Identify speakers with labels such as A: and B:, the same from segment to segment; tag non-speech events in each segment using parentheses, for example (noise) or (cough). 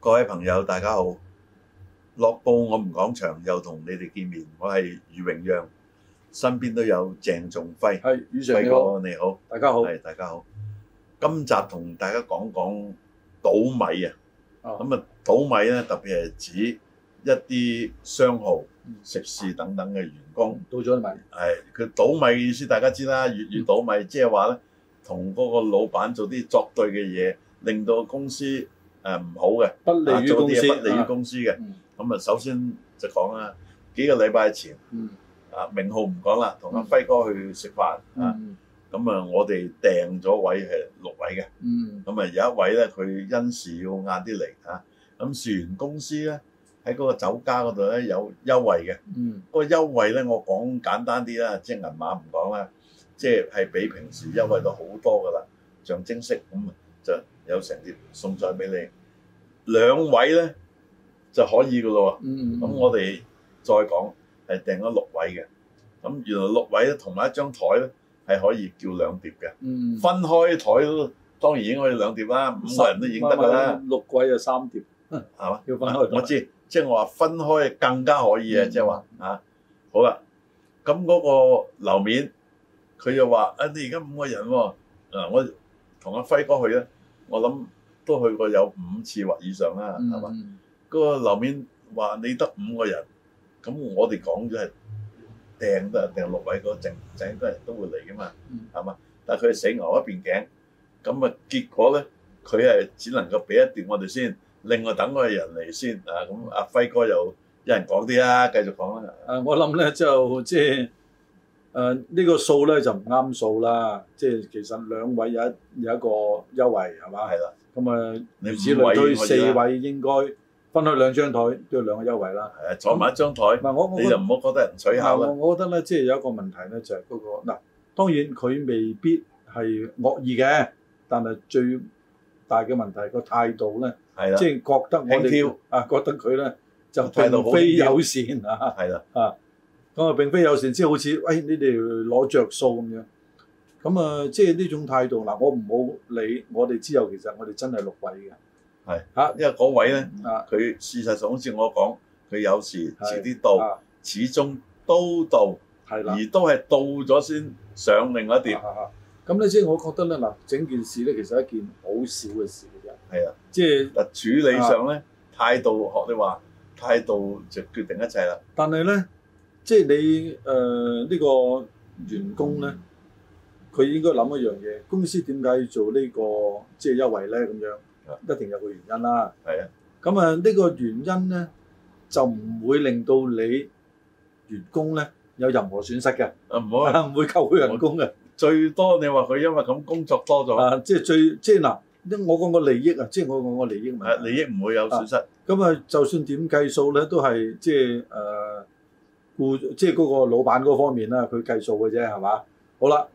A: 各位朋友，大家好！樂報我們講場又同你哋見面，我係余榮讓，身邊都有鄭仲輝，
B: 係，宇常你好，
A: 輝哥你好，
B: 大家好。
A: 係大家好。今集同大家講講倒米啊，
B: 啊，
A: 咁啊倒米咧特別係指一啲商號
B: 嗯、
A: 食肆等等嘅員工，
B: 到咗啦咪？
A: 係佢倒米嘅意思，大家知啦，粵語倒米即係話咧，同嗰個老闆做啲作對嘅嘢，令到公司誒唔好嘅。
B: 不利
A: 啊
B: 於公司，
A: 做啲嘢不利於公司嘅。
B: 嗯
A: 咁啊，首先就講啦，幾個禮拜前
B: 嗯
A: 啊，名號唔講啦，同阿輝哥去食飯啊，
B: 嗯
A: 咁啊，我哋訂咗位係六位嘅，
B: 嗯
A: 咁啊有一位咧佢因事要晏啲嚟啊，咁事完公司咧喺嗰個酒家嗰度咧有優惠嘅，
B: 嗯
A: 嗰個優惠咧我講簡單啲啦，即係銀碼唔講啦，即係係比平時優惠到好多噶啦，象徵式咁就有成碟餸菜俾你，兩位咧就可以噶咯喎。
B: 嗯，
A: 咁我哋再講係訂咗六位嘅，咁原來六位咧同埋一張台咧係可以叫兩碟嘅，
B: 嗯
A: 分開台都當然已經可以兩碟啦，五個人都已經得㗎啦，，
B: 六位就三碟，
A: 係嘛？
B: 要分開 (laughs) 台
A: 我知，即係我話分開更加可以啊，
B: 嗯
A: 即係話啊，好啦，咁嗰個樓面佢又話啊，你而家五個人喎，啊，我同阿輝哥去咧，我諗都去過有五次或以上啦，
B: 嗯
A: 係嘛？
B: 嘛？
A: 嗰個樓面話你得五個人，咁我哋講咗係訂得訂六位嗰陣，就應該人都會嚟噶嘛
B: 嗯，
A: 係嘛？但係佢死牛一邊頸，咁啊結果咧，佢係只能夠俾一碟我哋先，另外等嗰個人嚟先啊。咁阿輝哥又一人講啲啦，繼續講啦。
B: 誒，我諗咧就即係誒呢個數咧就唔啱數啦，即係其實兩位有一有一個優惠係嘛？
A: 係啦，
B: 咁啊，
A: 你
B: 如
A: 五
B: 此類推，
A: 位可以
B: 四
A: 啦，
B: 位應該分開兩張台都有兩個優惠啦。
A: 係啊坐埋一張台
B: 唔，係我我
A: 你就唔好覺得人取巧
B: 我
A: 啦。
B: 我覺得咧，即係有一個問題咧，就係、嗰、個嗱，當然佢未必係惡意嘅，但係最大嘅問題個態度咧，
A: 係啦
B: 即，係覺得我
A: 輕
B: 哋
A: 佻
B: 啊，覺得佢咧就
A: 態度好
B: 並非友善 (laughs) 啊，
A: 係啦，
B: 咁啊並非友善，即係好似喂你哋攞着數咁樣，咁啊即係呢種態度嗱，我唔好理，我哋之後其實我哋真係六位嘅，
A: 係
B: 嚇
A: 因為嗰位咧，
B: 啊
A: 佢事實上好似我講，佢有時遲啲到。
B: 啊
A: 始終都到，
B: 係啦
A: 而。都係到咗先上另外一碟。
B: 啊啊啊咁咧，即係我覺得咧，嗱，整件事咧，其實係一件好少嘅事嚟嘅。
A: 係啊，
B: 即係
A: 嗱處理上
B: 啊
A: 咧，態度學你話態度就決定一切啦。
B: 但係咧，即係你誒呃呢、個員工咧，佢應該諗一樣嘢，公司點解要做呢、個即係優惠咧？咁
A: 啊
B: 樣一定有個原因啦。
A: 係啊，
B: 咁啊，呢個原因咧就唔會令到你員工咧有任何損失嘅，
A: 啊唔好話
B: (laughs) 唔會扣佢人工嘅。
A: 最多你話佢因為咁工作多咗，
B: 啊，即係最即係嗱，我講個利益啊，即係我講個利益問
A: 誒
B: 題。
A: 利益唔會有損失。
B: 咁啊，就算點計數咧，都係即係誒僱，即係嗰個老闆嗰方面啦，佢計數嘅啫，係嘛？好啦，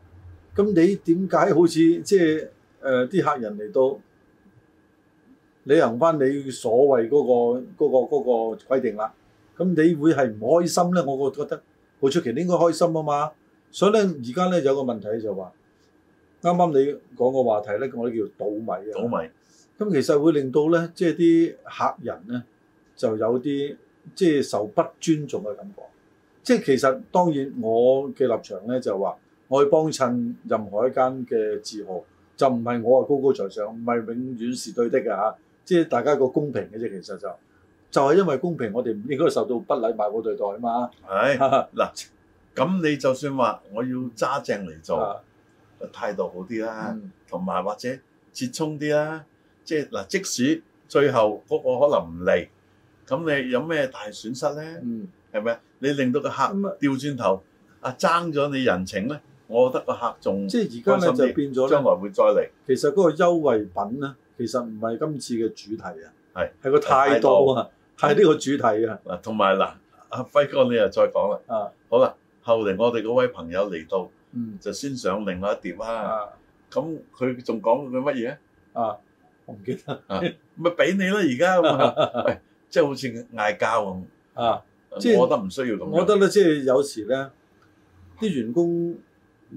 B: 咁你點解好似即係誒啲客人嚟到履行翻你所謂嗰、個嗰、個嗰、個規定啦？咁你會係唔開心咧？我覺得好出奇，你應該開心啊嘛。所以咧，而家咧有個問題就話，啱啱你講個話題咧，我哋叫倒米啊。
A: 倒米
B: 咁其實會令到咧，即係啲客人咧就有啲即係受不尊重嘅感覺。即係其實當然我嘅立場咧就話，我去幫襯任何一間嘅字號，就唔係我啊高高在上，唔係永遠是對的嘅嚇。即係大家個公平嘅啫，其實就就係因為公平，我哋唔應該受到不禮貌嘅對待啊嘛。
A: 係嗱，咁你就算話我要揸正嚟做，
B: 啊
A: 態度好啲啦，
B: 嗯
A: 同埋或者折衷啲啦。即係嗱，即使最後嗰個可能唔嚟，咁你有咩大損失咧？
B: 嗯，
A: 係咪啊你令到個客
B: 咁啊
A: 調轉頭啊，爭咗你人情咧，我覺得個客仲
B: 即係而家
A: 開
B: 咧
A: 心啲
B: 就變咗咧
A: 將。來會再嚟。
B: 其實嗰個優惠品咧，其實唔係今次嘅主題啊，
A: 係
B: 係個態度啊，係呢個主題啊，
A: 嗱，同埋嗱，阿輝哥你又再講啦。
B: 啊，
A: 好啦，後嚟我哋嗰位朋友嚟到
B: 嗯，
A: 就先上另外一碟啦。
B: 啊
A: 咁佢仲講佢乜嘢啊？
B: 啊，我唔記得
A: 咪俾你啦，而家咁 (laughs) 啊喂即係好似嗌交咁。
B: 啊，即係
A: 我覺得唔需要咁樣。
B: 我覺得咧，即係有時咧，啲員工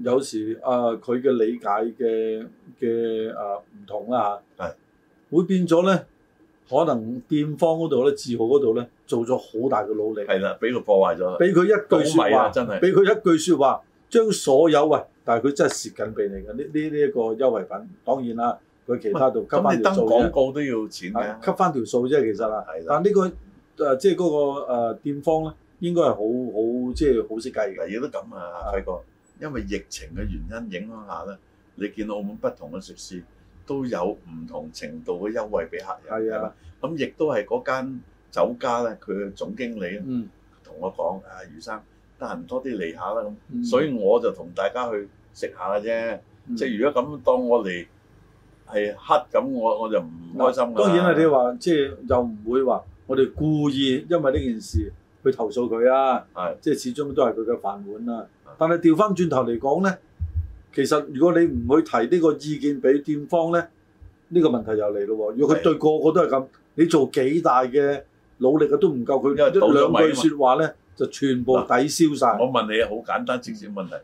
B: 有時啊，佢嘅理解嘅嘅啊唔同啦嚇，
A: 係
B: 會變咗咧，可能店方嗰度咧、字號嗰度咧做咗好大嘅努力，
A: 係啦，俾佢破壞咗，
B: 俾佢一
A: 倒
B: 句
A: 米
B: 説
A: 啦，
B: 話，
A: 真係
B: 俾佢一句説話，將所有喂，但係佢真係蝕緊俾你嘅呢呢呢一個優惠品，當然啦，佢其他度吸
A: 咁
B: 翻
A: 你
B: 條
A: 登
B: 數
A: 廣
B: 啫，
A: 告都要錢
B: 啊
A: 嘅，
B: 吸翻條數啫，其實啊。
A: 係啦，
B: 但呢、個誒、即係嗰、個、呃、店方咧，應該係好好即係好識計嘅。
A: 嗱亦都咁啊，輝哥，因為疫情嘅原因影響下咧，你見澳門不同嘅食肆都有唔同程度嘅優惠俾客人，
B: 係啊
A: 係嘛咁亦都係嗰間酒家咧，佢嘅總經理啊
B: 嗯，
A: 同我講：啊，余生得閒多啲嚟下啦咁，
B: 嗯
A: 所以我就同大家去食下嘅啫。
B: 嗯
A: 即係如果咁當我嚟係黑咁，我我就唔開心㗎。
B: 當然啦，你話即係又唔會話我哋故意因為呢件事去投訴佢啊，
A: 係
B: 即係始終都係佢嘅飯碗啦
A: 係。
B: 但係調翻轉頭嚟講咧，其實如果你唔去提呢個意見俾店方咧，呢、個問題又嚟咯喎。如果佢
A: 係
B: 對個個都係咁，你做幾大嘅努力啊都唔夠佢
A: 因為倒咗
B: 兩
A: 米啊
B: 句
A: 嘛
B: 説話咧，就全部抵消晒。
A: 我問你啊好簡單直接問題，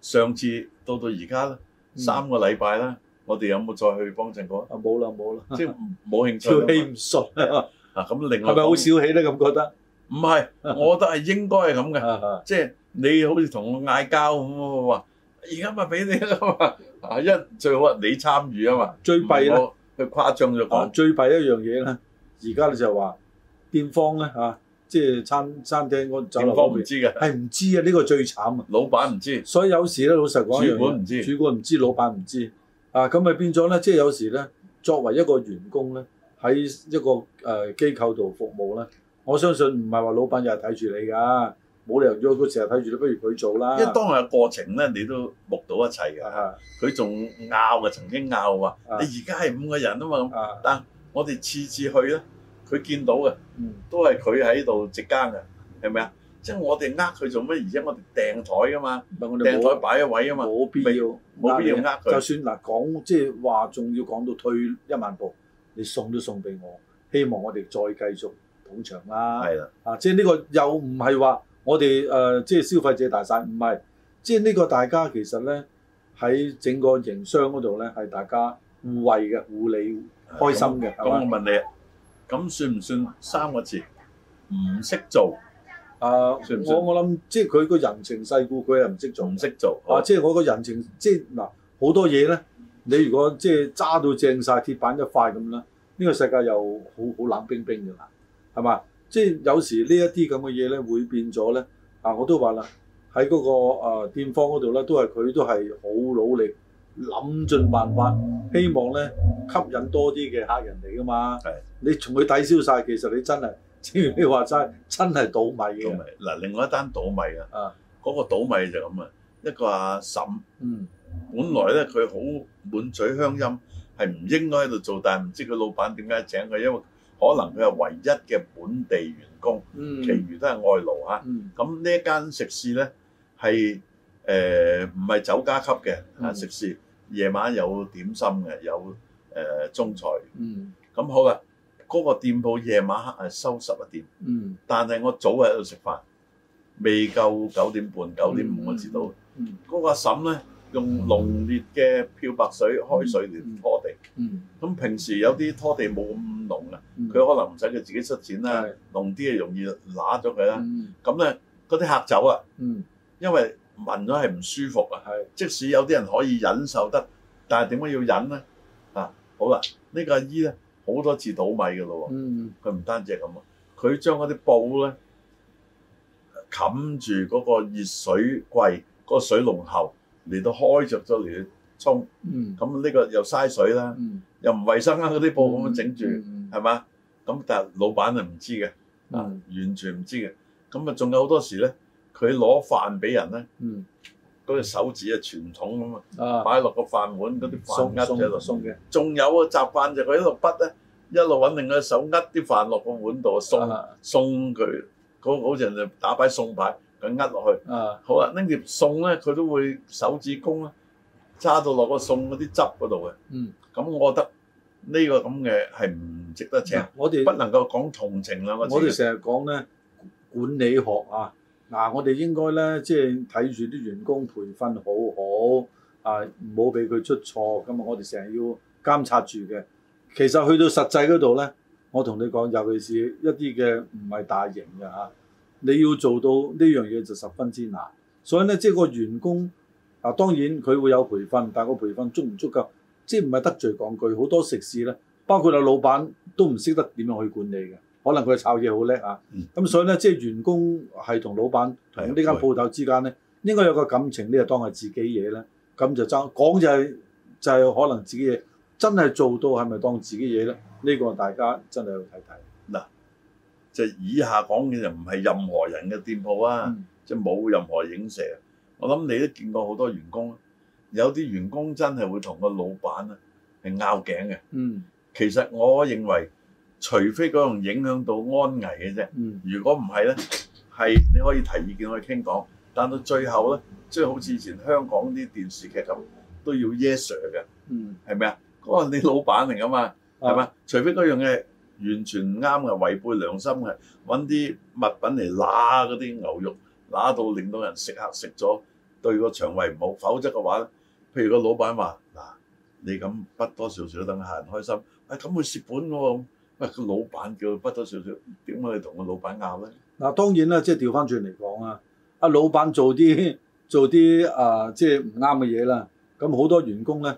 A: 上次到到而家咧
B: 嗯
A: 三個禮拜啦，我哋有冇再去幫襯
B: (laughs)
A: 過？
B: 啊冇啦冇啦，
A: 即係冇興趣
B: 條氣
A: 啦
B: 唔順啊，
A: 嘛。嗱咁另外
B: 係咪好
A: 講
B: 小氣咧？咁覺得
A: 唔係，我覺得係應該係咁嘅。
B: 啊
A: 即係你好似同我嗌交咁話，而家咪俾你啦嘛。啊，一最好係你參與啊嘛。
B: 最弊咧。
A: 唔係我佢誇張咗
B: 啊
A: 講，
B: 最弊一樣嘢咧，而家你就話店方咧嚇、啊即係餐餐廳嗰酒
A: 店
B: 樓
A: 方
B: 方
A: 唔
B: 面
A: 知嘅，
B: 係唔知啊，呢、個最慘啊！
A: 老闆唔知，
B: 所以有時咧，老實講一樣嘢
A: 主管唔知
B: 主管唔知，老闆唔知啊，咁咪變咗咧，即係有時咧，作為一個員工咧，喺一個誒、呃、機構度服務咧，我相信唔係話老闆日日睇住你㗎，冇理由要佢成日睇住你，不如佢做啦。
A: 因為當日過程咧，你都目睹一切嘅。
B: 啊
A: 佢仲拗嘅，曾經拗話：
B: 啊
A: 你而家係五個人啊嘛。咁
B: 啊
A: 我哋次次去咧，佢見到嘅
B: 嗯
A: 都係佢喺度直更嘅，係咪啊？即係我哋呃佢做咩？而家我哋訂台噶嘛，
B: 唔係我
A: 訂
B: 哋冇
A: 台擺一位啊嘛。
B: 冇必要，
A: 冇必要呃佢
B: 就算嗱講，即係話仲要講到退一萬步，你送都送俾我，希望我哋再繼續捧場啦。
A: 係啦，
B: 啊，即係呢個又唔係話我哋誒、呃即係消費者大晒，唔係，即係呢個大家其實咧喺整個營商嗰度咧係大家互惠嘅、互利開心
A: 咁
B: 嘅，係
A: 我
B: 嘛？
A: 問你，咁算唔算三個字唔識做？
B: 啊，
A: 算唔
B: 我
A: 算
B: 我諗即係佢個人情世故，佢係唔識做
A: 仲唔識做？
B: 啊！即係我個人情，即係嗱好多嘢咧。你如果即係揸到正晒鐵板一塊咁啦，呢、個世界又好好冷冰冰嘅啦，係嘛？即係有時呢一啲咁嘅嘢咧，會變咗咧。啊，我都話啦，喺嗰、個、呃、店方嗰度咧，都係佢都係好努力，諗盡辦法，希望咧吸引多啲嘅客人嚟噶嘛。
A: 係
B: 你從佢抵消晒，其實你真係，正如你話齋，真係倒米
A: 倒
B: 嘅
A: 米。嗱，另外一單倒米啊，
B: 啊，
A: 嗰、個倒米就咁啊，一個阿嬸，
B: 嗯，
A: 本來咧佢好滿嘴鄉音，係唔應該喺度做，但係唔知佢老闆點解請佢，因為可能佢係唯一嘅本地員工，
B: 嗯，
A: 其餘都係外勞嚇。
B: 嗯。
A: 咁呢一間食肆咧係誒唔係酒家級嘅啊
B: 嗯
A: 食肆，夜晚有點心嘅，有誒、呃中菜。
B: 嗯
A: 咁好啦，嗰、個店鋪夜晚黑係收十一點，
B: 嗯
A: 但係我早喺度食飯，未夠九點半、九點五我至到。嗰、
B: 嗯
A: 個阿嬸咧用濃烈嘅漂白水開水嚟拖地，
B: 嗯
A: 咁平時有啲拖地冇咁濃嘅，
B: 嗯，
A: 佢可能唔使佢自己出錢啦
B: 係，
A: 濃啲啊容易揦咗佢啦。
B: 嗯
A: 咁咧嗰啲客走啊，
B: 嗯
A: 因為聞咗係唔舒服啊。
B: 係
A: 即使有啲人可以忍受得，但係點解要忍咧？啊，好啦，呢、個阿姨咧好多次倒米嘅咯喎。
B: 嗯
A: 佢唔單止係咁啊，佢將嗰啲布咧冚住嗰個熱水櫃、嗰個水龍頭嚟到開着咗嚟到沖，
B: 嗯
A: 咁呢個又嘥水啦，
B: 嗯
A: 又唔衞生啦，啊嗰啲布咁樣整住
B: 嗯
A: 係嘛？咁但係老闆係唔知嘅，啊
B: 嗯
A: 完全唔知嘅。咁啊，仲有好多時咧，佢攞飯俾人咧，
B: 嗯
A: 嗰隻手指啊傳統咁啊，
B: 啊
A: 擺落個飯碗嗰啲飯
B: 鬆
A: 呃咗喺
B: 鬆
A: 度。
B: 鬆嘅
A: 仲有個習慣就佢一路筆咧，啊一路揾另外一手呃啲飯落個碗度送。
B: 啊
A: 送佢，嗰好似人哋打牌送牌，佢呃落去。
B: 啊
A: 好啦，拎碟餸咧，佢都會手指公咧揸到落個餸嗰啲汁嗰度嘅。
B: 嗯，
A: 咁我覺得呢個咁嘅係唔值得請，
B: 我哋
A: 不能夠講同情兩個字
B: 嗯我哋
A: 嘅。
B: 成日講咧管理學啊，嗱、我哋應該咧即係睇住啲員工培訓好好啊，唔好俾佢出錯。咁啊，我哋成日要監察住嘅。其實去到實際嗰度咧，我同你講，尤其是一啲嘅唔係大型嘅嚇，你要做到呢樣嘢就十分之難。所以咧，即係個員工啊，當然佢會有培訓，但係個培訓足唔足夠，即係唔係得罪講句，好多食肆咧，包括啊老闆都唔識得點樣去管理嘅，可能佢炒嘢好叻啊。
A: 嗯
B: 咁、所以咧，即係員工係同老闆同呢間
A: 係啊
B: 鋪頭之間咧，應該有個感情，呢就當係自己嘢咧，咁就爭講就係、就係、可能自己嘢，真係做到係咪當自己嘢咧？呢、個大家真係要睇睇。
A: 就以下講嘅就唔係任何人嘅店鋪啊，
B: 嗯
A: 即係冇任何影射。啊我諗你都見過好多員工，有啲員工真係會同個老闆啊係拗頸嘅。
B: 嗯
A: 其實我認為，除非嗰樣影響到安危嘅啫。
B: 嗯
A: 如果唔係咧，係你可以提意見，可以傾講。但到最後咧，即係好似以前香港啲電視劇咁，都要 yes sir 嘅，
B: 嗯，
A: 係咪啊？嗰個你老闆嚟噶嘛，係咪？除非嗰樣嘢完全唔啱嘅，違背良心嘅，揾啲物品嚟揦嗰啲牛肉，揦到令到人食客食咗對個腸胃唔好，否則嘅話咧，譬如個老闆話嗱，你咁不多少少等客人開心，啊咁會蝕本嘅喎，喂個老闆叫佢不多少少，點解你同個老闆拗咧？
B: 嗱，當然啦，即係調翻轉嚟講啊，阿老闆做啲 (laughs) 做啲啊、即係唔啱嘅嘢啦。咁好多員工咧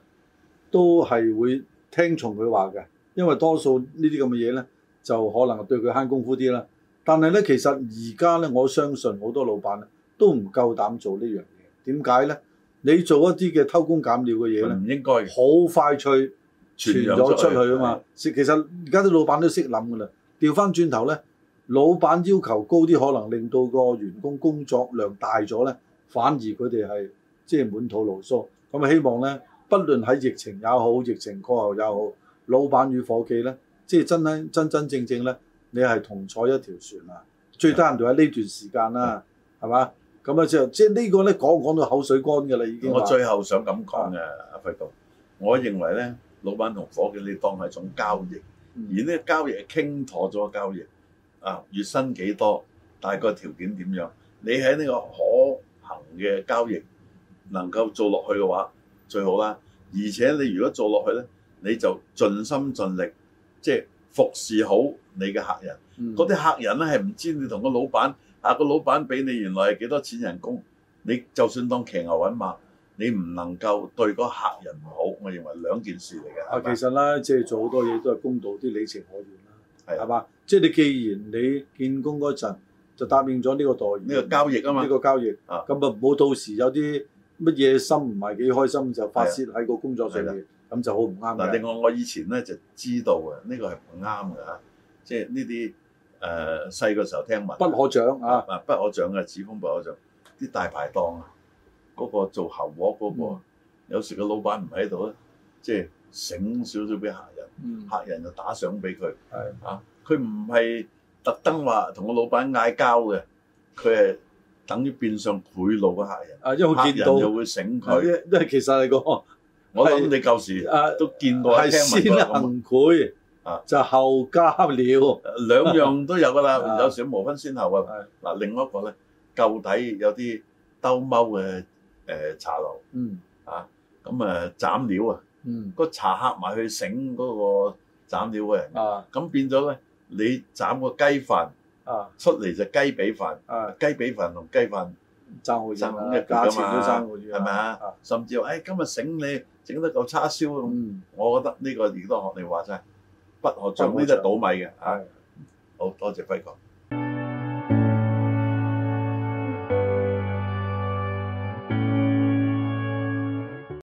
B: 都係會聽從佢話嘅，因為多數呢啲咁嘅嘢咧就可能對佢慳功夫啲啦。但係咧，其實而家咧，我相信好多老闆呢都唔夠膽做呢樣嘢。點解咧？你做一啲嘅偷工減料嘅嘢咧，
A: 唔應該嘅
B: 好快脆。傳
A: 揚
B: 咗出去啊嘛。其其實而家啲老闆都識諗噶啦。調翻轉頭咧，老闆要求高啲，可能令到個員工工作量大咗咧，反而佢哋係即係滿肚牢騷。咁啊希望咧，不論喺疫情也好，疫情過後也好，老闆與伙計咧，即係真係真真正正咧，你係同坐一條船啊！最低限度喺呢段時間啦，係嘛？咁啊就即係呢個咧講講到口水乾㗎啦，已經話。
A: 我最後想咁講嘅，
B: 啊
A: 阿輝哥，我認為咧，老闆同伙計你當係一種交易，
B: 嗯
A: 而呢個交易係傾妥咗嘅交易，啊，月薪幾多，大概條件點樣，你喺呢個可行嘅交易能夠做落去嘅話，最好啦。而且你如果做落去咧，你就盡心盡力，即係服侍好你嘅客人。
B: 嗯
A: 嗰啲客人咧係唔知你同個老闆啊，個老闆俾你原來係幾多錢人工，你就算當騎牛揾馬，你唔能夠對嗰個客人唔好，我認為兩件事嚟
B: 啊，
A: 嘅。
B: 其
A: 係咪
B: 實啦，即係做好多嘢都係公道啲、理情可原
A: 係啊
B: 啦，係嘛？即係你既然你見工嗰陣就答應咗呢個待遇，
A: 呢個交易啊嘛
B: 呢，個交易，咁
A: 啊
B: 啊唔好到時有啲乜嘢心唔係幾開心就發泄喺個工作上面，咁就好唔啱
A: 啊嗱，
B: 嘅
A: 另。外我以前咧就知道嘅，呢個係唔啱嘅嚇，即係呢啲誒細個時候聽聞
B: 不可長啊，
A: 啊不可長嘅，此風不可長，啲大排檔啊，嗰、個做喉鍋嗰、個，
B: 嗯
A: 有時個老闆唔喺度咧，啊即係醒少少俾客人。客人就打賞俾佢。
B: 係
A: 啊，佢唔係特登話同個老闆嗌交嘅，佢係等於變相賄賂個客人。
B: 啊，因為
A: 客
B: 我
A: 人
B: 見到，
A: 就會醒
B: 啊因
A: 佢。
B: 因為其實係個
A: 我諗你舊時
B: 啊
A: 都見過
B: 係
A: 聽
B: 先
A: 聞過咁
B: 行賄
A: 啊，
B: 就後加料。
A: 兩樣都有㗎啦，
B: (laughs) 啊
A: 有時無分先後啊
B: 係。
A: 嗱，另外一個咧，舊底有啲兜踎嘅誒茶樓，
B: 嗯
A: 咁誒斬料啊，
B: 嗯
A: 個茶客埋去醒嗰個斬料嘅人，
B: 啊
A: 咁變咗咧，你斬個雞飯
B: 啊
A: 出嚟就雞髀飯。
B: 啊，
A: 雞髀飯同雞飯
B: 爭好
A: 爭
B: 遠
A: 好
B: 啦
A: 一，橛㗎嘛
B: 價錢都爭好遠啦，
A: 係咪啊？甚至話誒、哎今日醒你整得嚿叉燒咁，
B: 嗯，
A: 我覺得呢個亦都學你話齋，不可長
B: 不
A: 呢
B: 可長
A: 啲係倒米嘅啊！
B: 係。
A: 好多謝輝哥。